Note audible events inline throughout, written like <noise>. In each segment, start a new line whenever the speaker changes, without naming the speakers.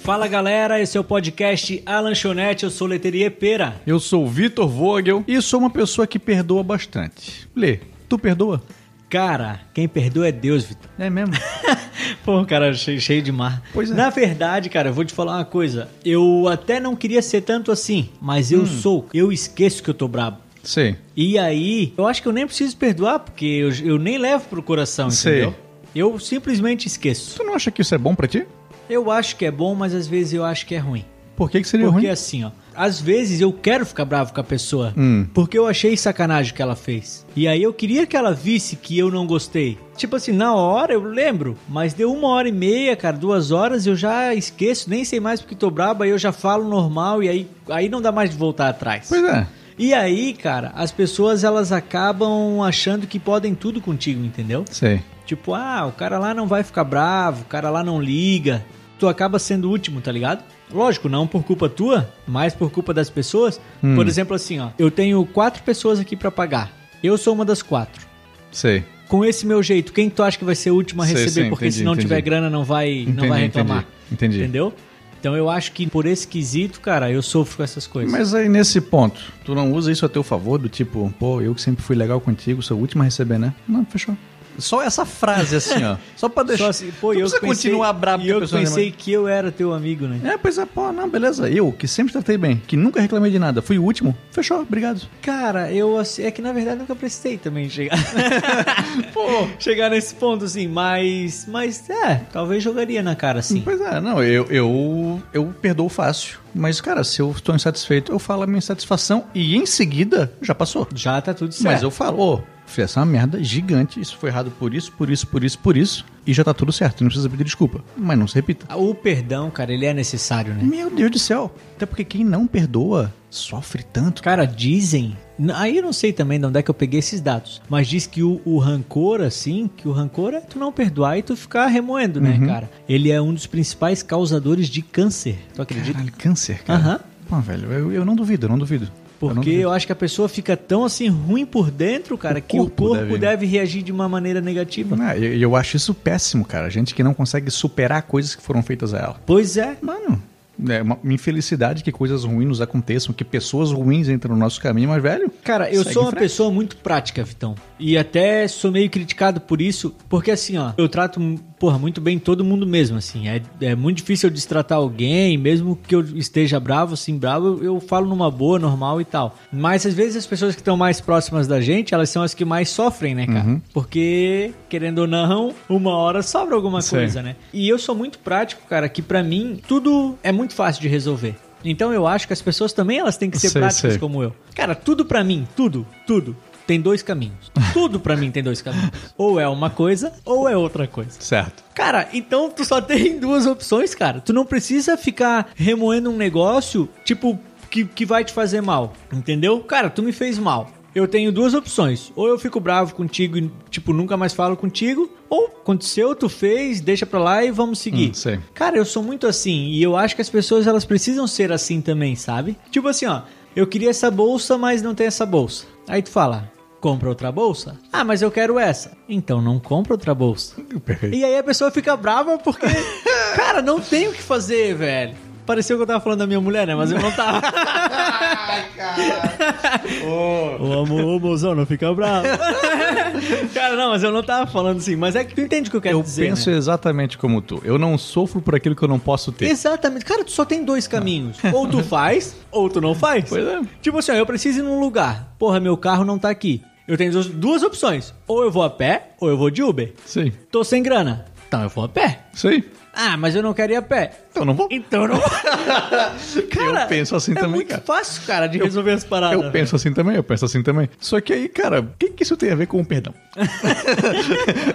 Fala galera, esse é o podcast A Lanchonete, eu sou o Leterier Pera.
Eu sou o Vitor Vogel e sou uma pessoa que perdoa bastante. Lê, tu perdoa?
Cara, quem perdoa é Deus, Vitor. <laughs>
É mesmo?
Pô, cara, cheio, cheio de mar.
Pois é.
Na verdade, cara, eu vou te falar uma coisa. Eu até não queria ser tanto assim, mas
Hum.
eu sou. Eu esqueço que eu tô brabo.
<laughs> Sei.
E aí, eu acho que eu nem preciso perdoar, porque eu, eu nem levo pro coração,
Sei.
entendeu? Eu simplesmente esqueço.
Tu não acha que isso é bom pra ti?
Eu acho que é bom, mas às vezes eu acho que é ruim.
Por que, que seria
Porque
é ruim?
assim, ó, às vezes eu quero ficar bravo com a pessoa,
Hum.
porque eu achei sacanagem o que ela fez. E aí eu queria que ela visse que eu não gostei. Tipo assim, na hora eu lembro, mas deu uma hora e meia, cara, duas horas, eu já esqueço, nem sei mais porque tô brabo, aí eu já falo normal e aí, aí não dá mais de voltar atrás.
Pois é.
E aí, cara, as pessoas elas acabam achando que podem tudo contigo, entendeu?
Sei.
Tipo, ah, o cara lá não vai ficar bravo, o cara lá não liga. Tu acaba sendo o último, tá ligado? Lógico, não por culpa tua, mas por culpa das pessoas.
Hum.
Por exemplo, assim, ó, eu tenho quatro pessoas aqui pra pagar. Eu sou uma das quatro.
Sei.
Com esse meu jeito, quem tu acha que vai ser o último a
Sei,
receber?
sei,
porque
entendi,
se não
entendi.
tiver grana, não vai, não
Entendi,
vai reclamar.
entendi, entendi.
Entendeu? Então eu acho que por esse quesito, cara, eu sofro com essas coisas.
Mas aí nesse ponto, tu não usa isso a teu favor, do tipo, pô, eu que sempre fui legal contigo, sou o último a receber, né? Não, fechou. Só essa frase
<laughs>
assim, ó. Só pra deixar.
Só assim, pô,
tu
eu
precisa
que pensei,
continuar brabo
e
com
eu
a
que
pessoa, né,
pensei que eu era teu amigo, né?
É, pois é, pô, não, beleza. Eu, que sempre tratei bem, que nunca reclamei de nada, fui o último, fechou, obrigado.
Cara, eu assim, é que na verdade nunca precisei também tá chegar.
Pô,
chegar nesse ponto, assim, mas. Mas é, talvez jogaria na cara, assim.
Pois é, não, eu, eu, eu perdoo fácil. Mas, cara, se eu estou insatisfeito, eu falo a minha insatisfação e em seguida já passou.
Já tá tudo certo.
Mas eu falo, ô, fiz essa é merda gigante, isso foi errado por isso, por isso, por isso, por isso, e já tá tudo certo, não precisa pedir desculpa. Mas não se repita.
O perdão, cara, ele é necessário, né?
Meu Deus do céu. Até porque quem não perdoa sofre tanto.
Cara, dizem. n- Aí eu não sei também de onde é que eu peguei esses dados. Mas diz que o, o rancor, assim, que o rancor é tu não perdoar e tu ficar remoendo, né,
Uhum.
cara? Ele é um dos principais causadores de câncer. Tu acredita?
Caralho, câncer, cara.
Aham.
Pô, velho, eu, eu não duvido, eu não duvido. eu não
Porque eu,
duvido.
acho que a pessoa fica tão assim ruim por dentro, cara,
O
que o
corpo
corpo
deve-
deve... reagir de uma maneira negativa.
Ah, eu, eu acho isso péssimo, cara. Gente que não consegue superar coisas que foram feitas a ela.
Pois é.
Mano, é uma infelicidade que coisas ruins nos aconteçam, que pessoas ruins entram no nosso caminho, mas, velho,
Cara, eu
Segue
sou
em
uma
frente.
pessoa muito prática, Vitão. E até sou meio criticado por isso, porque assim, ó, eu trato, porra, muito bem todo mundo mesmo, assim. É, é muito difícil eu destratar alguém, mesmo que eu esteja bravo, assim, bravo, eu, eu falo numa boa, normal e tal. Mas às vezes as pessoas que estão mais próximas da gente, elas são as que mais sofrem, né,
Uhum.
cara? Porque, querendo ou não, uma hora sobra alguma
Sim.
coisa, né? E eu sou muito prático, cara, que pra mim tudo é muito fácil de resolver. Então eu acho que as pessoas também elas têm que ser
Sei,
práticas
sei.
como eu. Cara, tudo pra mim, tudo, tudo tem dois caminhos. Tudo pra mim tem dois caminhos. Ou é uma coisa ou é outra coisa.
certo.
Cara, então tu só tem <laughs> duas opções, cara. Tu não precisa ficar remoendo um negócio, tipo, que, que vai te fazer mal, entendeu? Cara, tu me fez mal. Eu tenho duas opções. Ou eu fico bravo contigo e, tipo, nunca mais falo contigo. Ou aconteceu, tu fez, deixa pra lá e vamos seguir.
Hum, sei.
Cara, eu sou muito assim e eu acho que as pessoas elas precisam ser assim também, sabe? Tipo assim, ó, eu queria essa bolsa, mas não tem essa bolsa. Aí tu fala, compra outra bolsa? Ah, mas eu quero essa. Então não compra outra bolsa.
Perfeito.
E aí a pessoa fica brava
<laughs>
porque, cara, não tem o que fazer, velho. Pareceu que eu tava falando da minha mulher, né? Mas eu não tava. Ô, amor, ô, mozão, não fica
<laughs>
bravo. cara, não, mas eu não tava falando assim. Mas é que tu entende o que eu quero
Eu
dizer.
penso
né?
exatamente como tu. Eu não sofro por aquilo que eu não posso ter.
Exatamente. Cara, tu só tem dois caminhos. Ou
<laughs>
tu faz, ou tu não faz.
Pois é.
Tipo assim, ó, eu preciso ir num lugar. Porra, meu carro não tá aqui. Eu tenho duas- duas opções. Ou eu vou a pé, ou eu vou de Uber.
Sei,
Tô sem grana. Então eu vou a pé.
sei.
Ah, mas eu não quero ir a pé.
Então não vou.
Então eu não
<laughs> eu penso assim
é
também,
muito
cara.
fácil, cara, de resolver as paradas.
Eu penso assim também, eu penso assim também. Só que aí, cara, o que, que isso tem a ver com o
<laughs>
perdão?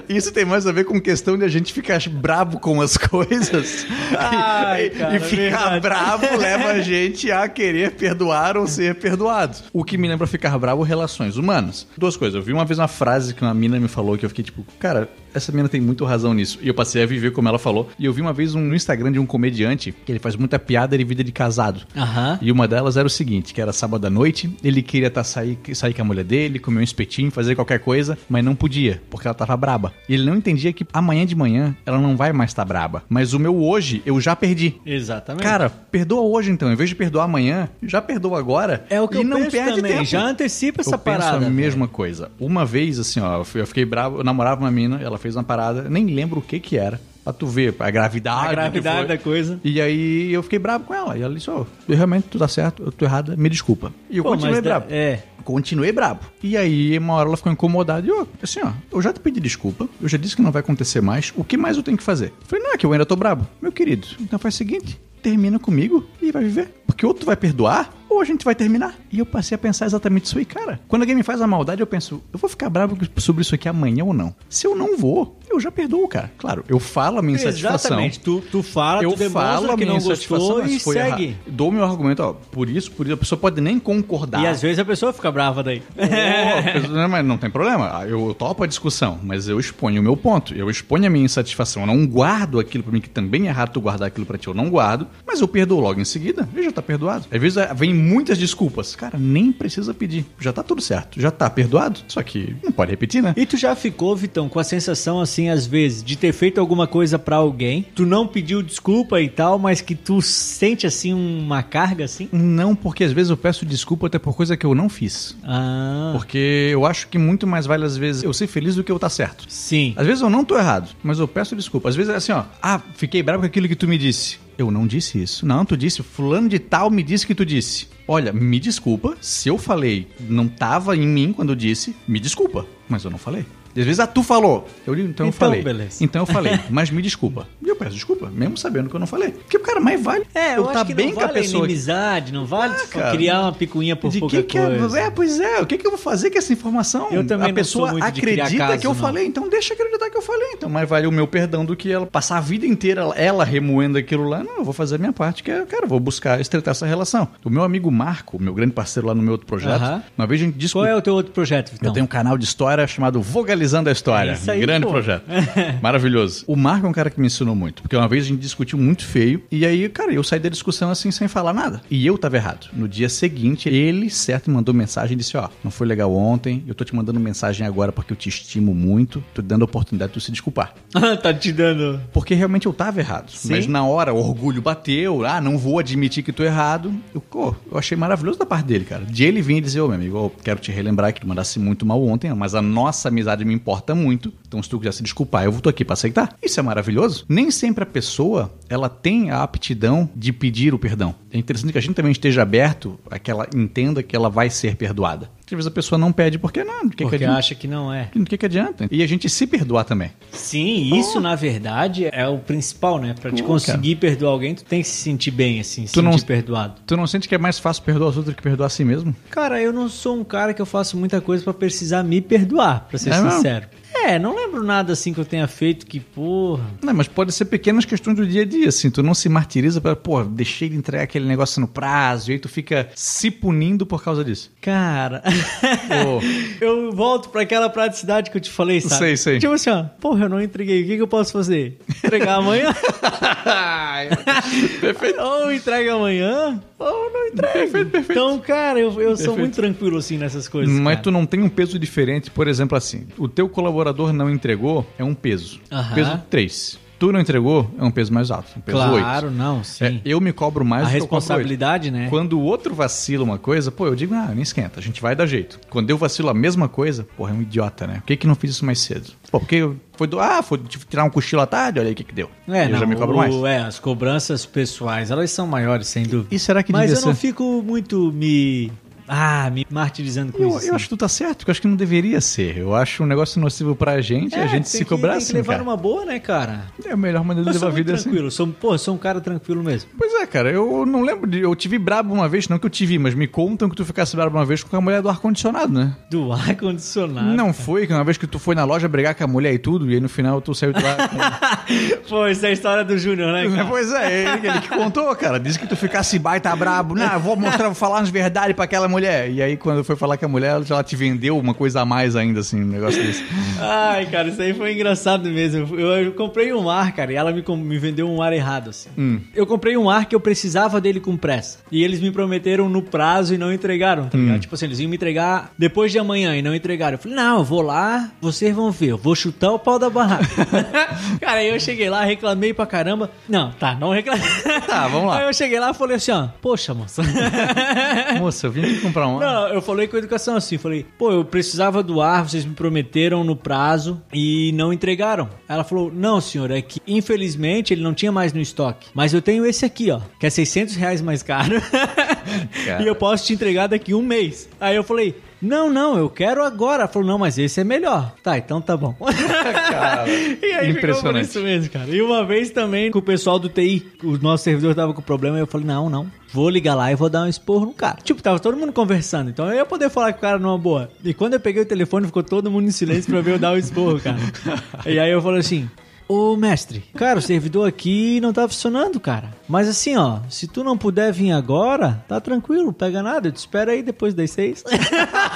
isso tem mais a ver com questão de a gente ficar bravo com as coisas.
Ai,
e,
cara, é
e ficar
verdade.
bravo leva a gente a querer perdoar ou ser perdoado. O que me lembra ficar bravo relações humanas. Duas coisas. Eu vi uma vez uma frase que uma mina me falou que eu fiquei tipo, cara, essa mina tem muito razão nisso. E eu passei a viver como ela falou. E eu Eu vi uma vez um, no Instagram de um comediante que ele faz muita piada de vida de casado.
Aham.
E uma delas era o seguinte, que era sábado à noite, ele queria tá sair, sair com a mulher dele, comer um espetinho, fazer qualquer coisa, mas não podia, porque ela tava braba. E ele não entendia que amanhã de manhã ela não vai mais estar braba. Mas o meu hoje, eu já perdi.
Exatamente.
Cara, perdoa hoje então, em vez de perdoar amanhã, já perdoa agora
é o que
e
eu
não
penso
perde
também.
tempo.
Já antecipa essa
eu penso
parada.
a
velho.
mesma coisa. Uma vez, assim, ó, eu fui- eu fiquei bravo, eu namorava uma mina, ela fez uma parada, nem lembro o que que era, pra tu ver, a gravidade. né,
A gravidade
que
da
foi.
coisa.
E aí eu fiquei bravo com ela. E ela disse, ó, eu realmente tu tá certo, eu tô errada, me desculpa. E eu
Pô,
continuei
mas da-
bravo.
É.
Continuei brabo. E aí, uma hora ela ficou incomodada. E eu, assim, ó, eu já te pedi desculpa, eu já disse que não vai acontecer mais. O que mais eu tenho que fazer? Eu falei, não, é que eu ainda tô brabo. Meu querido, então faz o seguinte: termina comigo e vai viver. Porque ou tu vai perdoar, ou a gente vai terminar. E eu passei a pensar exatamente isso aí, cara. Quando alguém me faz a maldade, eu penso, eu vou ficar bravo sobre isso aqui amanhã ou não. Se eu não vou, eu já perdoo, cara. Claro, eu falo a minha insatisfação
Exatamente. Tu, tu fala,
eu
tu demonstra
falo a
que
minha
não
insatisfação,
gostou
mas
e
foi
segue.
errado. Dou meu argumento, ó, por isso, por isso, a pessoa pode nem concordar.
E às vezes a pessoa fica brava daí.
Pô, mas não- mas não tem problema, ah, eu topo a discussão, mas eu exponho o meu ponto, eu exponho a minha insatisfação, eu não guardo aquilo pra mim, que também é errado tu guardar aquilo pra ti, eu não guardo, mas eu perdoo logo em seguida, e já tá perdoado. Às vezes ah, vem muitas desculpas, cara, nem precisa pedir, já tá tudo certo, já tá perdoado, só que não pode repetir, né?
E tu <laughs> já ficou, Vitão, com a sensação assim, às vezes, de ter feito alguma coisa pra alguém, tu não pediu desculpa e tal, mas que tu sente assim uma carga assim?
Não, porque às vezes eu peço desculpa até por coisa que eu não fiz.
Ah,
Porque eu acho que muito mais vale, às vezes, eu ser feliz do que eu estar certo.
sim.
Às vezes eu não tô errado, mas eu peço desculpa. Às vezes é assim, ó. Ah, fiquei bravo com aquilo que tu me disse. Eu não disse isso. Não, tu disse. Fulano de tal me disse que tu disse. Olha, me desculpa se eu falei. Não tava em mim quando eu disse. Me desculpa. Mas eu não falei. E Às vezes, ah, tu falou. Eu digo, então, eu
Então,
falei.
beleza.
Então eu falei,
<laughs>
mas me desculpa. E eu peço desculpa, mesmo sabendo que eu não falei. Porque, cara, mais vale
É, eu,
eu
acho
tá
que
bem
não
com
vale
a pessoa. que-
inimizade, não vale
Ah,
tu
cara.
criar uma picuinha por
de
Tipo, um pouca
que que é-
coisa.
é, pois é, o que, que eu vou fazer com essa informação?
Eu também
A
não
pessoa
sou muito de criar
acredita
caso,
que eu
não.
falei, então deixa acreditar que eu falei. Então, mas vale o meu perdão do que ela passar a vida inteira ela remoendo aquilo lá. Não, eu vou fazer a minha parte, que é, cara, eu vou buscar estreitar essa relação. O meu amigo Marco, meu grande parceiro lá no meu outro projeto,
Aham.
uma vez a gente discutiu.
Qual é o teu outro projeto, Vitão?
Eu tenho um canal de história chamado Vogalizando a História.
É isso aí,
Grande
pô. <laughs>
projeto. Maravilhoso. O Marco é um cara que me ensinou muito, porque uma vez a gente discutiu muito feio, e aí, cara, eu saí da discussão assim sem falar nada. E eu tava errado. No dia seguinte, ele certo me mandou mensagem e disse: Ó, não foi legal ontem, eu tô te mandando mensagem agora porque eu te estimo muito, tô te dando a oportunidade de tu se desculpar.
<laughs> tá te dando.
Porque realmente eu tava errado.
Sim.
Mas na hora o orgulho bateu, ah, não vou admitir que tô errado. Eu, pô, eu achei maravilhoso da parte dele, cara. De ele vir e dizer, ô meu amigo, eu quero te relembrar que tu mandasse muito mal ontem, mas a nossa amizade me importa muito. Então se tu quiser se desculpar, eu tô aqui pra aceitar. Isso é maravilhoso. Nem sempre a pessoa, ela tem a aptidão de pedir o perdão. É interessante que a gente também esteja aberto a que ela entenda que ela vai ser perdoada. Às vezes a pessoa não pede porque não, do que,
Porque
que adianta?
acha que não é.
Do que, que adianta? E a gente se perdoar também.
Sim, isso na verdade é o principal, né? Pra te
Pô,
conseguir perdoar alguém, tu tem que se sentir bem, assim, se
Tu não-
sentir perdoado.
Tu não sente que é mais fácil perdoar os outros que perdoar a si mesmo?
Cara, eu não sou um cara que eu faço muita coisa pra precisar me perdoar, pra ser
É mesmo?
sincero. É, não lembro nada assim que eu tenha feito que, porra.
Não, mas pode ser pequenas questões do dia a dia, assim. Tu não se martiriza pra, pô, deixei de entregar aquele negócio no prazo, e aí tu fica se punindo por causa disso.
Cara.
Pô.
<laughs> eu volto pra aquela praticidade que eu te falei, sabe?
Sei, sei.
Tipo assim, ó, porra, eu não entreguei, o que, que eu posso fazer? Entregar amanhã?
<laughs> perfeito.
ou entrega amanhã, ou não entrega.
Perfeito, perfeito.
Então, cara, eu, eu sou
Perfeito.
muito tranquilo assim nessas coisas.
Mas
cara.
tu não tem um peso diferente, por exemplo, assim. O teu colaborador não entregou, é um peso.
Aham.
Peso 3. Tu não entregou, é um peso mais alto. Um peso
Claro,
8.
não, sim.
eu me cobro mais
a
do que eu cobro oito.
responsabilidade, né?
Quando o outro vacila uma coisa, pô, eu digo, ah, nem esquenta, a gente vai dar jeito. Quando eu vacilo a mesma coisa, porra, é um idiota, né? Por que, que não fiz isso mais cedo? Pô, porque eu- foi do. Ah, foi tive que tirar um cochilo à tarde, olha aí o que, que deu.
É,
eu
não,
já me cobro
o-
mais.
É, as cobranças pessoais, elas são maiores, sem dúvida.
E será que
Mas
devia
eu não
ser?
fico muito me. Ah, me martirizando com
Eu,
isso.
eu
assim.
acho que tu tá certo, porque eu acho que não deveria ser. Eu acho um negócio nocivo pra gente
É,
a
tem
gente se
que-
cobrar
Tem que
assim,
levar
cara.
numa boa, né, cara?
É a melhor maneira
Eu
de levar
sou
a
muito
vida assim.
tranquilo. Sou, pô, sou um cara tranquilo mesmo.
Pois é, cara, eu não lembro de. Eu tive brabo uma vez, não que eu tive, mas me contam que tu ficasse brabo uma vez com a mulher do ar-condicionado, né?
Do <laughs> ar-condicionado.
Não foi, que uma vez que tu foi na loja brigar com a mulher e tudo, e aí no final tu saiu de lá
<laughs>
com
Pô, isso é a história do Júnior, né, cara?
Pois é, ele, ele que contou, cara. Disse que tu ficasse baita brabo. Não, eu vou mostrar, vou falar as verdades pra aquela mulher. E aí, quando foi falar com a mulher, ela já te vendeu uma coisa a mais ainda, assim, um negócio desse.
Ai, cara, isso aí foi engraçado mesmo. Eu, eu comprei um ar, cara, e ela me, com- me vendeu um ar errado, assim.
Hum.
Eu comprei um ar que eu precisava dele com pressa. E eles me prometeram no prazo e não entregaram, tá
Hum.
ligado? Tipo assim, eles iam me entregar depois de amanhã e não entregaram. Eu falei, não, eu vou lá, vocês vão ver, eu vou chutar o pau da
<laughs>
barraca. cara, aí eu cheguei lá, reclamei pra caramba. Não, tá, não reclamei.
Tá, vamos lá.
Aí eu cheguei lá e falei assim, ó, poxa,
<laughs>
moça.
Moça, eu vim aqui comprar um.
Não, eu falei com a educação assim, falei, pô, eu precisava do ar, vocês me prometeram no prazo e não entregaram. Ela falou, não, senhor, é que infelizmente ele não tinha mais no estoque, mas eu tenho esse aqui, ó, que é 600 reais mais caro <laughs>
Cara.
e eu posso te entregar daqui um mês. Aí eu falei, não, não, eu quero agora. Ela falou, não, mas esse é melhor. Tá, então tá bom.
<laughs> Cara,
<laughs> E aí
impressionante.
ficou por isso mesmo, cara. E uma vez também com o pessoal do TI, o nosso servidor tava com problema, e eu falei, não, não, vou ligar lá e vou dar um esporro no cara. Tipo, tava todo mundo conversando, então eu ia poder falar com o cara numa boa. E quando eu peguei o telefone, ficou todo mundo em silêncio pra ver eu dar um esporro, <laughs> cara. e aí eu falei assim... Ô mestre, cara, o servidor aqui não tá funcionando, cara. Mas assim, ó, se tu não puder vir agora, tá tranquilo, pega nada, eu te espero aí depois das seis.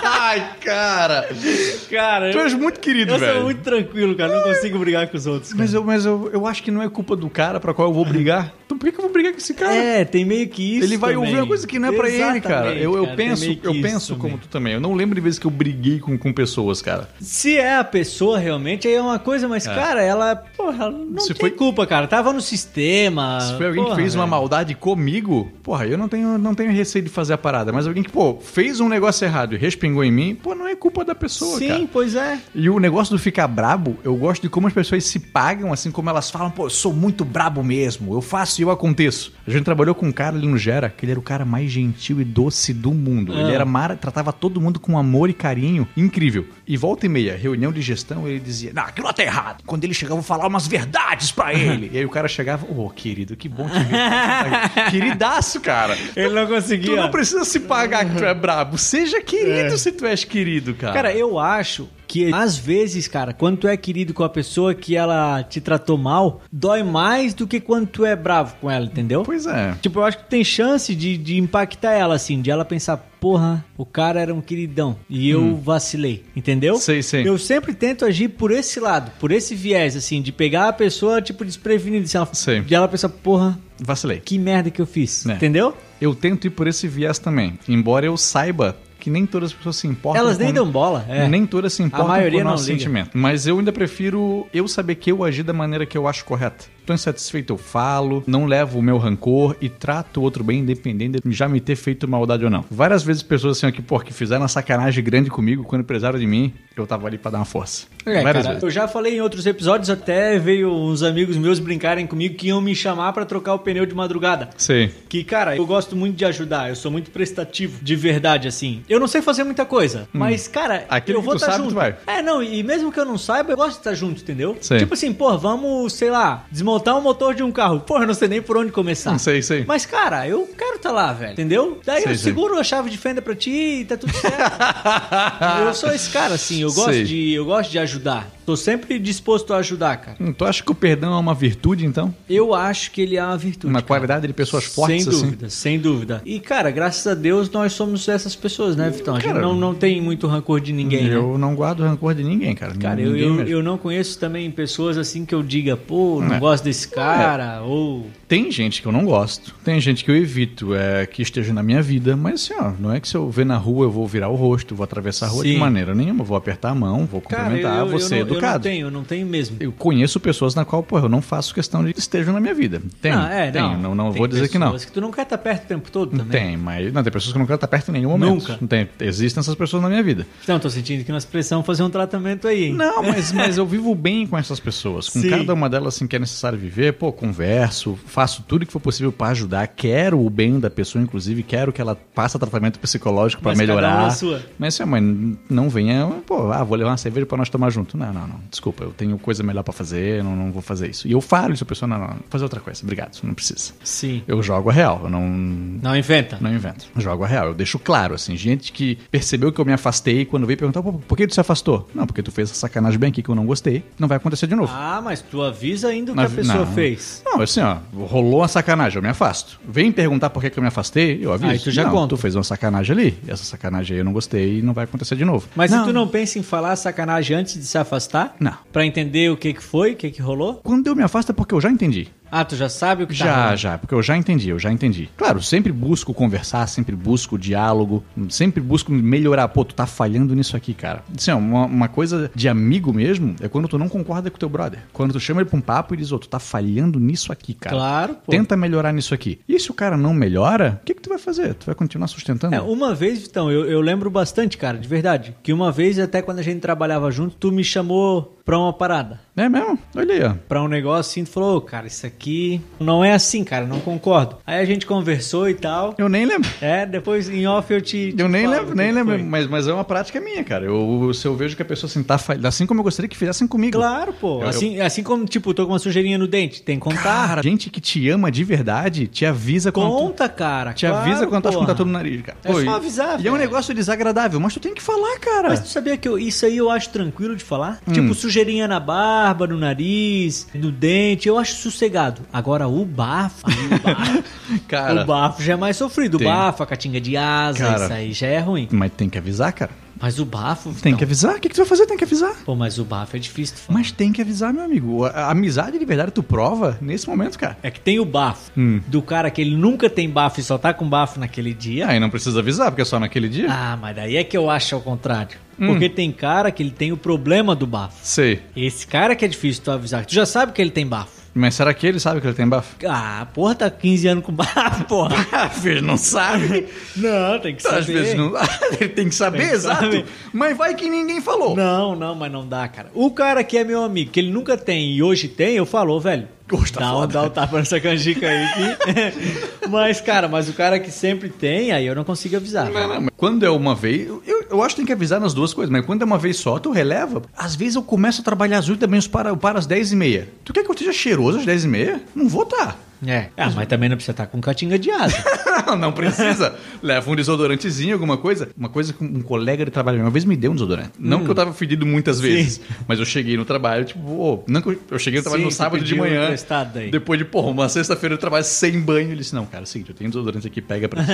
Ai, cara.
<laughs> cara,
Tu
eu,
és muito querido,
eu
velho.
sou muito tranquilo, cara, não consigo brigar com os outros. cara.
Mas, eu, mas eu, eu acho que não é culpa do cara pra qual eu vou brigar. Então por que, que eu vou brigar com esse cara?
É, tem meio que isso.
ele vai
também.
ouvir uma coisa que não é pra ele,
Exatamente,
cara. Eu, eu
cara, tem
penso,
meio que
eu
isso
penso
também.
como tu também. Eu não lembro de vezes que eu briguei com, com pessoas, cara.
Se é a pessoa realmente, aí é uma coisa, mas, cara, ela, porra, não
Se
tem
foi-
culpa, cara. Tava no sistema.
Se foi alguém
porra,
que fez uma
velho.
maldade comigo, porra, eu não tenho, não tenho receio de fazer a parada. Mas alguém que, pô, fez um negócio errado e respingou em mim, pô, não é culpa da pessoa,
Sim,
cara.
pois é.
E o negócio do ficar brabo, eu gosto de como as pessoas se pagam, assim como elas falam, pô, eu sou muito brabo mesmo, eu faço e eu aconteço. A gente trabalhou com um cara ali no Gera, que ele era o cara mais gentil e doce do mundo.
Ah.
Ele era mara, tratava todo mundo com amor e carinho, incrível. E volta e meia, reunião de gestão, ele dizia, não, aquilo lá tá errado. Quando ele chegava, eu vou falar umas verdades
<laughs>
pra ele. e aí o cara chegava, ô, querido, que bom te ver. Queridaço, cara.
Ele não
Tu
conseguia.
não precisa se pagar que tu é brabo. Seja querido se tu és querido, cara.
É. Cara, eu acho que às vezes, cara, quando tu é querido com a pessoa que ela te tratou mal, dói mais do que quando tu é bravo com ela, entendeu?
Pois é.
Tipo, eu acho que tem chance de, de impactar ela, assim, de ela pensar, porra, o cara era um queridão e eu vacilei, entendeu?
Hum. Sei, sei.
Eu sempre tento agir por esse lado, por esse viés, assim, de pegar a pessoa, tipo, desprevenida, assim, ela-
Sei.
de ela pensar, porra,
Vacilei.
que merda que eu fiz,
É.
entendeu?
Eu tento ir por esse viés também. Embora eu saiba que nem todas as pessoas se importam.
Elas nem
com-
dão bola, é.
Nem todas se importam
maioria
com o
não
nosso
liga.
sentimento. Mas eu ainda prefiro eu saber que eu agi da maneira que eu acho correta. Tô insatisfeito, eu falo, não levo o meu rancor e trato o outro bem, independente de já me ter feito maldade ou não. Várias vezes pessoas assim aqui, pô, que fizeram uma sacanagem grande comigo quando precisaram de mim, eu tava ali pra dar uma força.
É,
Várias
cara,
vezes.
eu já falei em outros episódios, até veio uns amigos meus brincarem comigo que iam me chamar pra trocar o pneu de madrugada.
Sei.
Que, cara, eu gosto muito de ajudar, eu sou muito prestativo, de verdade, assim. Eu não sei fazer muita coisa, mas, cara,
Hum. Aquilo
eu
que
vou
tu
estar
sabe, tu
junto.
vai.
É, não, e mesmo que eu não saiba, eu gosto de estar junto, entendeu?
Sei.
Tipo assim, pô, vamos, sei lá, desmontar o motor de um carro. Pô, eu não sei nem por onde começar.
Não sei, sei.
Tá. Mas, cara, eu quero estar lá, velho, entendeu? Daí
Sei,
eu
sei.
seguro a chave de fenda pra ti e tá tudo certo.
<laughs>
eu sou esse cara, assim, eu gosto,
Sei.
de, eu gosto de ajudar. Tô sempre disposto a ajudar, cara.
Hum, Tu acha que o perdão é uma virtude, então?
Eu acho que ele é uma virtude.
Uma
cara.
qualidade de pessoas fortes,
Sem
assim?
dúvida, sem dúvida. E, cara, graças a Deus nós somos essas pessoas, né, Vitão? A gente
Cara,
não, não tem muito rancor de ninguém, né?
Eu não guardo rancor de ninguém, cara.
Cara, eu,
Ninguém
eu,
mesmo.
eu não conheço também pessoas assim que eu diga, pô, não
É.
gosto desse cara, ou...
Tem gente que eu não gosto, tem gente que eu evito é, que esteja na minha vida, mas assim, ó, não é que se eu ver na rua eu vou virar o rosto, vou atravessar a rua de
Sim.
maneira nenhuma, vou apertar a mão, vou
Cara,
cumprimentar, vou ser
não, Eu não
educado. Eu,
tenho, eu não tenho mesmo.
conheço pessoas na qual, pô, eu não faço questão de que estejam na minha vida. Tem,
não, é,
tem, não, não, vou dizer que não.
pessoas tu não quer estar perto o tempo todo também.
Tem, mas não, tem pessoas que eu não quero estar perto em nenhum momento.
Nunca.
Não Tem, existem essas pessoas na minha vida.
Então, tô sentindo que nós precisamos fazer um tratamento aí, hein?
Não, mas, mas eu vivo bem com essas pessoas. Com
Sim.
cada uma delas assim, que é necessário viver, pô, converso, faço tudo que for possível pra ajudar. Quero o bem da pessoa, inclusive, quero que ela passe tratamento psicológico pra
Mas cada um
melhorar.
na sua.
Mas assim, ó, mas não venha, pô, ah, vou levar uma cerveja pra nós tomar junto. Não, não. não, não, desculpa, eu tenho coisa melhor pra fazer, não, não vou fazer isso. E eu falo isso pra pessoa, não, não, vou fazer outra coisa, obrigado, não precisa.
Sim.
Eu jogo a real, eu não,
Não inventa.
não invento. Jogo a real. Eu deixo claro, assim, gente que percebeu que eu me afastei quando veio perguntar, "Pô, por que tu se afastou? Não, porque tu fez essa sacanagem bem aqui que eu não gostei. Não vai acontecer de novo.
Ah, mas tu avisa ainda o que
Na
a
vi-
pessoa
não.
fez.
Não, assim, ó, rolou uma sacanagem, eu me afasto. Vem perguntar por que, que eu me afastei, eu aviso.
Aí tu já
não,
conta.
Tu fez uma sacanagem ali. Essa sacanagem aí eu não gostei e não vai acontecer de novo.
Mas se tu não pensa em falar sacanagem antes de se afastar?
Não.
Pra entender o que que foi, o que que rolou?
Quando eu me afasto é porque eu já entendi.
Ah, tu já sabe o que tá
Já,
rolando.
já, porque eu já entendi, eu já entendi. Claro, sempre busco conversar, sempre busco diálogo, sempre busco melhorar. Pô, tu tá falhando nisso aqui, cara. Assim, ó, uma, uma coisa de amigo mesmo é quando tu não concorda com teu brother. Quando tu chama ele pra um papo e diz, ô, tu tá falhando nisso aqui, cara.
Claro, pô.
Tenta melhorar nisso aqui. E se o cara não melhora, o que, que tu vai fazer? Tu vai continuar sustentando?
É, uma vez, Vitão, eu, eu lembro bastante, cara, de verdade, que uma vez, até quando a gente trabalhava junto, tu me chamou pra uma parada.
É mesmo? Olha aí, ó.
Pra um negócio assim, tu falou, "Ô, cara, isso aqui não é assim, cara, não concordo. Aí a gente conversou e tal.
Eu nem lembro.
É, depois em off eu te. te
Eu nem
falo o
lembro,
que
nem
que
lembro,
foi.
mas, mas é uma prática minha, cara. Eu, se eu vejo que a pessoa assim, tá falhando, assim como eu gostaria que fizessem comigo.
Claro, pô.
Eu- eu-
assim, assim como, tipo, tô com uma sujeirinha no dente, tem que contar.
Cara, gente que te ama de verdade te avisa quando. tu-
Conta, cara.
Te
claro,
avisa quando tu acha que
porra.
tá tudo no nariz, cara.
É só
e-
avisar,
E é um
velho.
negócio desagradável, mas tu tem que falar, cara.
É, Mas tu sabia que eu- isso aí eu acho tranquilo de falar?
Hum.
Tipo, sujeirinha na barba, no nariz, no dente, eu acho sossegado. Agora, o
<laughs>
bafo, aí o bafo,
Cara.
o bafo já é mais sofrido.
Tem.
O bafo, a catinga de asa,
Cara.
isso aí já é ruim.
Mas tem que avisar, cara.
Mas o bafo,
Tem
não.
que avisar. O que, que tu vai fazer? Tem que avisar.
Pô, mas o bafo é difícil de falar.
Mas tem que avisar, meu amigo. A, a amizade de verdade tu prova nesse momento, cara.
É que tem o bafo
Hum.
do cara que ele nunca tem bafo e só tá com bafo naquele
E
dia.
aí não precisa avisar, porque Ah, é Hum. só naquele dia.
Ah, mas daí é que eu acho ao contrário. Porque tem cara que ele tem o problema do bafo.
Sei.
Esse cara que é difícil tu avisar. Tu já sabe que ele tem bafo.
Mas será que ele sabe que ele tem bafo?
Ah, porra, tá 15 anos com bafo, <laughs> porra.
Às vezes não sabe.
Não, <laughs> tem que saber.
Então, Às vezes não. <laughs> ele tem que saber,
Tem que
exato.
saber.
Mas vai que ninguém falou.
Não, não, mas não dá, cara. O cara que é meu amigo, que ele nunca tem e hoje tem, eu falo, "Ô,
<laughs>
velho.
Hoje tá
dá, um,
foda."
dá um tapa nessa canjica aí. Que... <laughs> mas, cara, mas o cara que sempre tem, aí eu não consigo avisar.
Não, não, mas quando é uma vez, eu, eu acho que tem que avisar nas duas coisas, mas quando é uma vez só, tu releva. Às vezes eu começo a trabalhar às 8 da manhã, eu paro, eu paro às 10 e meia. Tu quer que eu esteja cheiroso às 10 e meia? Não vou tá. estar.
É. Ah, mas também não precisa estar com catinga de
<laughs>
asa.
Ah, Não,
<laughs>
não precisa. Leva um desodorantezinho, alguma coisa. Uma coisa que um colega de trabalho uma vez me deu um desodorante. Não
Hum.
que eu tava fedido muitas vezes, mas eu cheguei no trabalho, tipo, ô, não que eu, eu cheguei no trabalho
Sim,
no
tu
sábado de
pediu
manhã.
emprestado daí.
Depois de, porra, uma sexta-feira de trabalho sem banho. Ele disse, não, cara, é o seguinte, eu tenho desodorante aqui,
<laughs>
pega pra ti.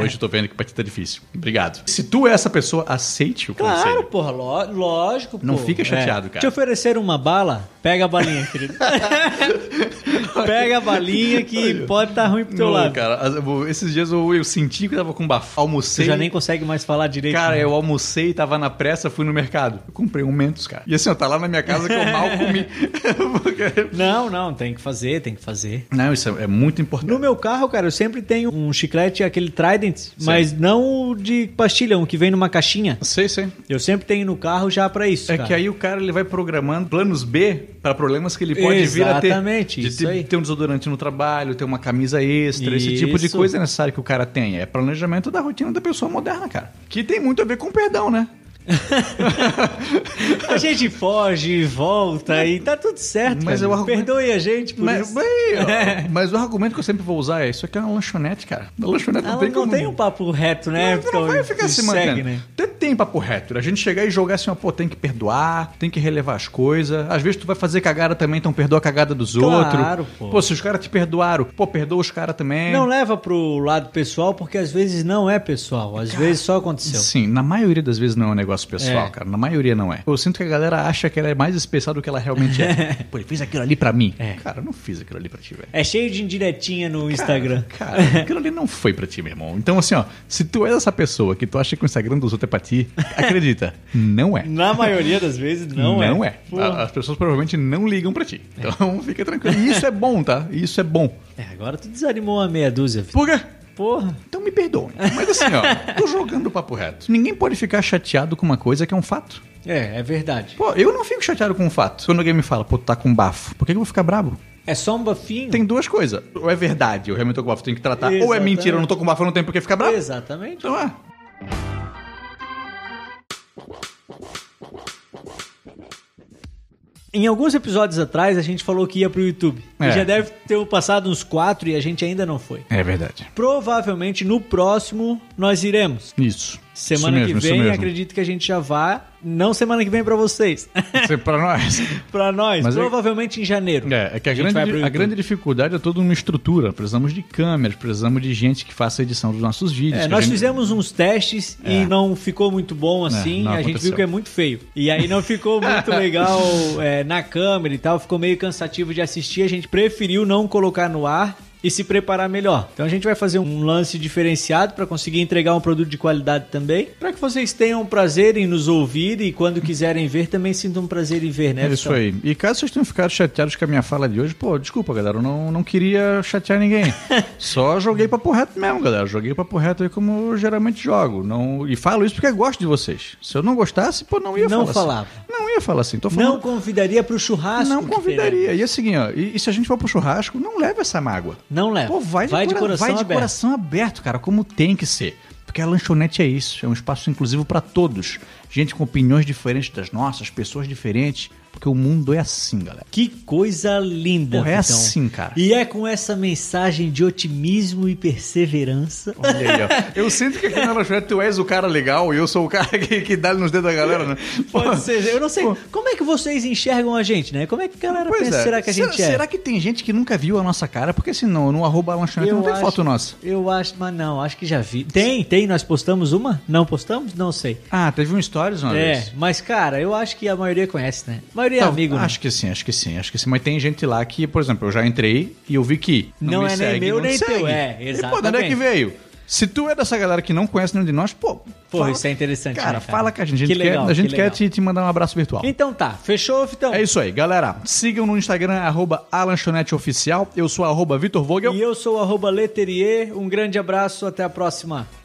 Hoje eu tô vendo que pra ti tá difícil. Obrigado. Se tu é essa pessoa, aceite o
Claro,
conselho.
porra, lo- lógico,
Não
pô.
fica chateado,
É.
cara.
Te ofereceram uma bala, pega a balinha,
<laughs>
querido. pega a balinha que pode estar ruim pro teu
Não,
lado.
cara, as- eu- esses dias eu, eu senti que eu tava com um bafo.
Tu
Almocei.
já nem consegue mais falar direito.
Cara,
né?
eu almocei, tava na pressa, fui no mercado. Eu comprei um Mentos, cara. E assim, ó, tá lá na minha
<laughs>
casa que eu mal comi. Porque-
Não, não, tem que fazer, tem que fazer.
Não, isso é é muito importante.
No meu carro, cara, eu sempre tenho um chiclete, aquele Trident, mas não o de pastilha, um que vem numa caixinha.
Sei, sei.
Eu sempre tenho no carro já pra isso,
É
é cara.
que aí o cara ele vai programando planos B pra problemas que ele pode vir a ter.
Exatamente,
De
isso
ter,
aí.
ter um desodorante no trabalho, ter uma camisa extra, esse tipo de
Isso.
coisa é necessário que o cara tenha. É planejamento da rotina da pessoa moderna, cara. Que tem muito a ver com perdão, né?
A gente foge, volta e tá tudo certo,
Mas
velho.
eu argumento-
Perdoe a gente por
Mas,
isso. É. <laughs>
bem, ó, mas o argumento que eu sempre vou usar é: isso aqui é uma lanchonete, cara. Na lanchonete
Ela não,
não tem como.
tem um papo reto, né?
Não, tu não
Então,
vai ficar se
segue,
mantendo.
né?
Até tem papo reto. A gente chegar e jogar assim, ó, pô, tem que perdoar, tem que relevar as coisas. Às vezes tu vai fazer cagada também, então perdoa a cagada dos outros.
Claro, pô.
se os caras te perdoaram, pô, perdoa os caras também.
Não leva pro lado pessoal, porque às vezes não é pessoal. Às vezes só aconteceu.
Sim, na maioria das vezes não é um negócio pessoal,
É.
cara. Na maioria não é. Eu sinto que a galera acha que ela é mais especial do que ela realmente é.
<laughs>
Pô, ele fez aquilo ali pra mim.
É.
Cara, eu não fiz aquilo ali pra ti, velho.
É cheio de indiretinha no Instagram.
Cara, cara, aquilo ali não foi pra ti, meu irmão. Então, assim, ó, se tu és essa pessoa que tu acha que o Instagram dos outros é pra ti,
<laughs>
acredita, não é.
Na maioria das vezes não,
Não,
é.
é.
Pô.
A- As pessoas provavelmente não ligam pra ti. Então <laughs> fica tranquilo. E isso é bom, tá? Isso é bom.
É, agora tu desanimou a meia dúzia. Vitor.
Por quê?
Porra.
Então me perdoem. Mas assim,
<laughs>
ó, tô jogando o papo reto. Ninguém pode ficar chateado com uma coisa que é um fato.
É, é verdade.
Pô, eu não fico chateado com um fato. Quando alguém me fala, pô, tu tá com bafo, por que que eu vou ficar brabo?
É só um bafinho.
Tem duas coisas. Ou é verdade, eu realmente tô com bafo, tenho que tratar. Ou é mentira, eu não tô com bafo, eu não tenho por que ficar brabo.
Exatamente.
Então é.
Em alguns episódios atrás, a gente falou que ia pro YouTube.
É.
E já deve ter passado uns quatro e a gente ainda não foi.
É verdade.
Provavelmente no próximo nós iremos.
Isso.
Semana
Isso mesmo,
que
isso
vem,
mesmo.
acredito que a gente já vá. Não semana que vem pra vocês. <laughs>
Isso é pra nós.
pra nós,
Mas é-
provavelmente em janeiro.
É, é que a,
A gente vai pro
grande, a
YouTube.
grande dificuldade é toda uma estrutura. Precisamos de câmeras, precisamos de gente que faça a edição dos nossos vídeos.
É,
que a
nós
gente-
fizemos uns testes
É.
e não ficou muito bom assim.
não
a gente
aconteceu.
viu que é muito feio. E aí não ficou
<laughs>
muito legal é, na câmera e tal. Ficou meio cansativo de assistir. A gente preferiu não colocar no ar e se preparar melhor. Então a gente vai fazer um lance diferenciado para conseguir entregar um produto de qualidade também. Para que vocês tenham prazer em nos ouvir e quando quiserem ver também sintam prazer em ver, né?
É isso
Vitão?
aí. E caso vocês tenham ficado chateados com a minha fala de hoje, pô, desculpa, galera, eu não, não queria chatear
<laughs>
ninguém. Só joguei papo reto mesmo, galera. Joguei papo reto aí como eu geralmente jogo. Não... E falo isso porque eu gosto de vocês. Se eu não gostasse, pô, não ia
Não
falar
falava.
assim. Não ia falar assim. Tô falando
Não convidaria pro churrasco.
Não
que teremos.
convidaria. E é o seguinte, ó, e, e se a gente for pro churrasco, não leva essa mágoa.
Não leva.
Pô, vai de, cora-
É. coração
vai de
aberto.
coração aberto, cara, como tem que ser. Porque a lanchonete é isso, é um espaço inclusivo pra todos. Gente com opiniões diferentes das nossas, pessoas diferentes, porque o mundo é assim, galera.
Que coisa linda,
Porra, é
Vitão.
assim, cara.
E é com essa mensagem de otimismo e perseverança.
Olha aí, ó. Eu sinto que aqui na lanchonete tu és o cara legal e eu sou o cara <laughs> que, que dá nos dedos da galera, né?
<laughs>
Pô,
Pode ser, eu não sei.
pô.
Como é que vocês enxergam a gente, né? Como é que a galera
Pois
pensa,
é.
será que a gente
será,
é?
Será que tem gente que nunca viu a nossa cara? Porque senão, no arroba lanchonete não tem
acho-
foto nossa.
Eu acho, mas não, acho que já vi. Tem, tem, nós postamos uma? Não postamos? Não sei.
Ah, teve um stories uma
é,
vez.
mas cara, eu acho que a maioria conhece, né? A maioria é
Não,
amigo, né?
Então, Acho que sim, acho que sim, acho que sim. Mas tem gente lá que, por exemplo, eu já entrei e eu vi que
Não
me
é nem
segue,
meu,
não
nem
te
teu,
segue.
é,
E, pô, de onde é
exatamente.
que veio? Se tu é dessa galera que não conhece nenhum de nós, pô...
Porra,
fala-
isso é interessante,
Cara,
né, cara?
fala com a gente. A gente
Que legal,
quer, a gente
que
quer
legal.
te, te mandar um abraço virtual.
Então tá, fechou, Vitão?
É isso aí, galera. Sigam no Instagram, arroba alanchoneteoficial. Eu sou arroba Vitor Vogel.
E eu sou o arroba Leterier. Um grande abraço, até a próxima.